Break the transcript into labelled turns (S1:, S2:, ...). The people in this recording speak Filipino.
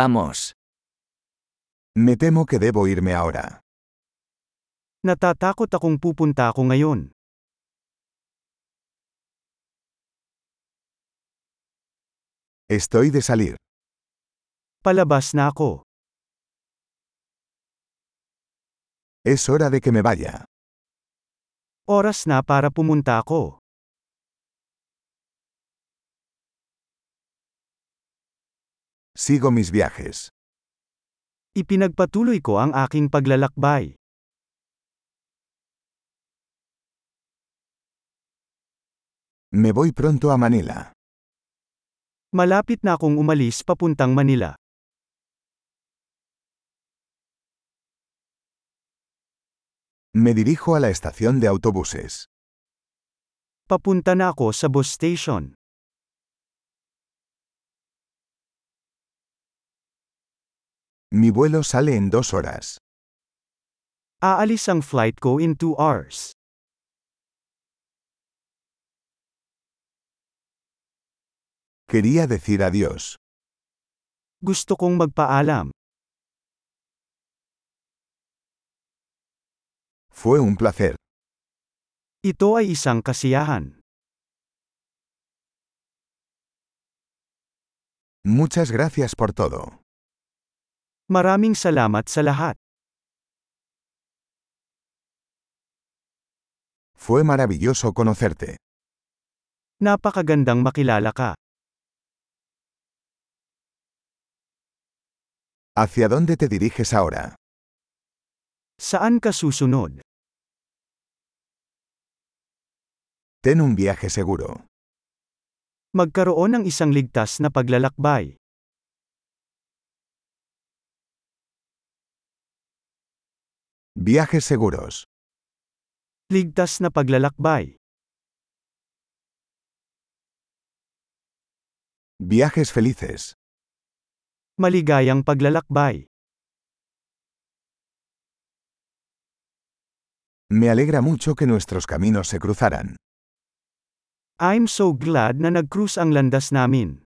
S1: Vamos.
S2: Me temo que debo irme ahora.
S3: Natatakot akong pupunta ako ngayon.
S2: Estoy de salir.
S3: Palabas na ako.
S2: Es hora de que me vaya.
S3: Oras na para pumunta ako.
S2: Sigo mis viajes.
S3: Ipinagpatuloy ko ang aking paglalakbay.
S2: Me voy pronto a Manila.
S3: Malapit na akong umalis papuntang Manila.
S2: Me dirijo a la estación de autobuses.
S3: Papunta na ako sa bus station.
S2: Mi vuelo sale en dos horas.
S3: Aalis ang flight ko in 2 hours.
S2: Quería decir adiós.
S3: Gusto kong magpaalam.
S2: Fue un placer.
S3: Ito ay isang kasiyahan.
S2: Muchas gracias por todo.
S3: Maraming salamat sa lahat.
S2: Fue maravilloso conocerte.
S3: Napakagandang makilala ka.
S2: ¿Hacia dónde te diriges ahora?
S3: Saan ka susunod?
S2: Ten un viaje seguro.
S3: Magkaroon ng isang ligtas na paglalakbay.
S2: Viajes seguros.
S3: Ligtas na paglalakbay.
S2: Viajes felices.
S3: Maligayang paglalakbay.
S2: Me alegra mucho que nuestros caminos se cruzaran.
S3: I'm so glad na nag-cruise ang landas namin.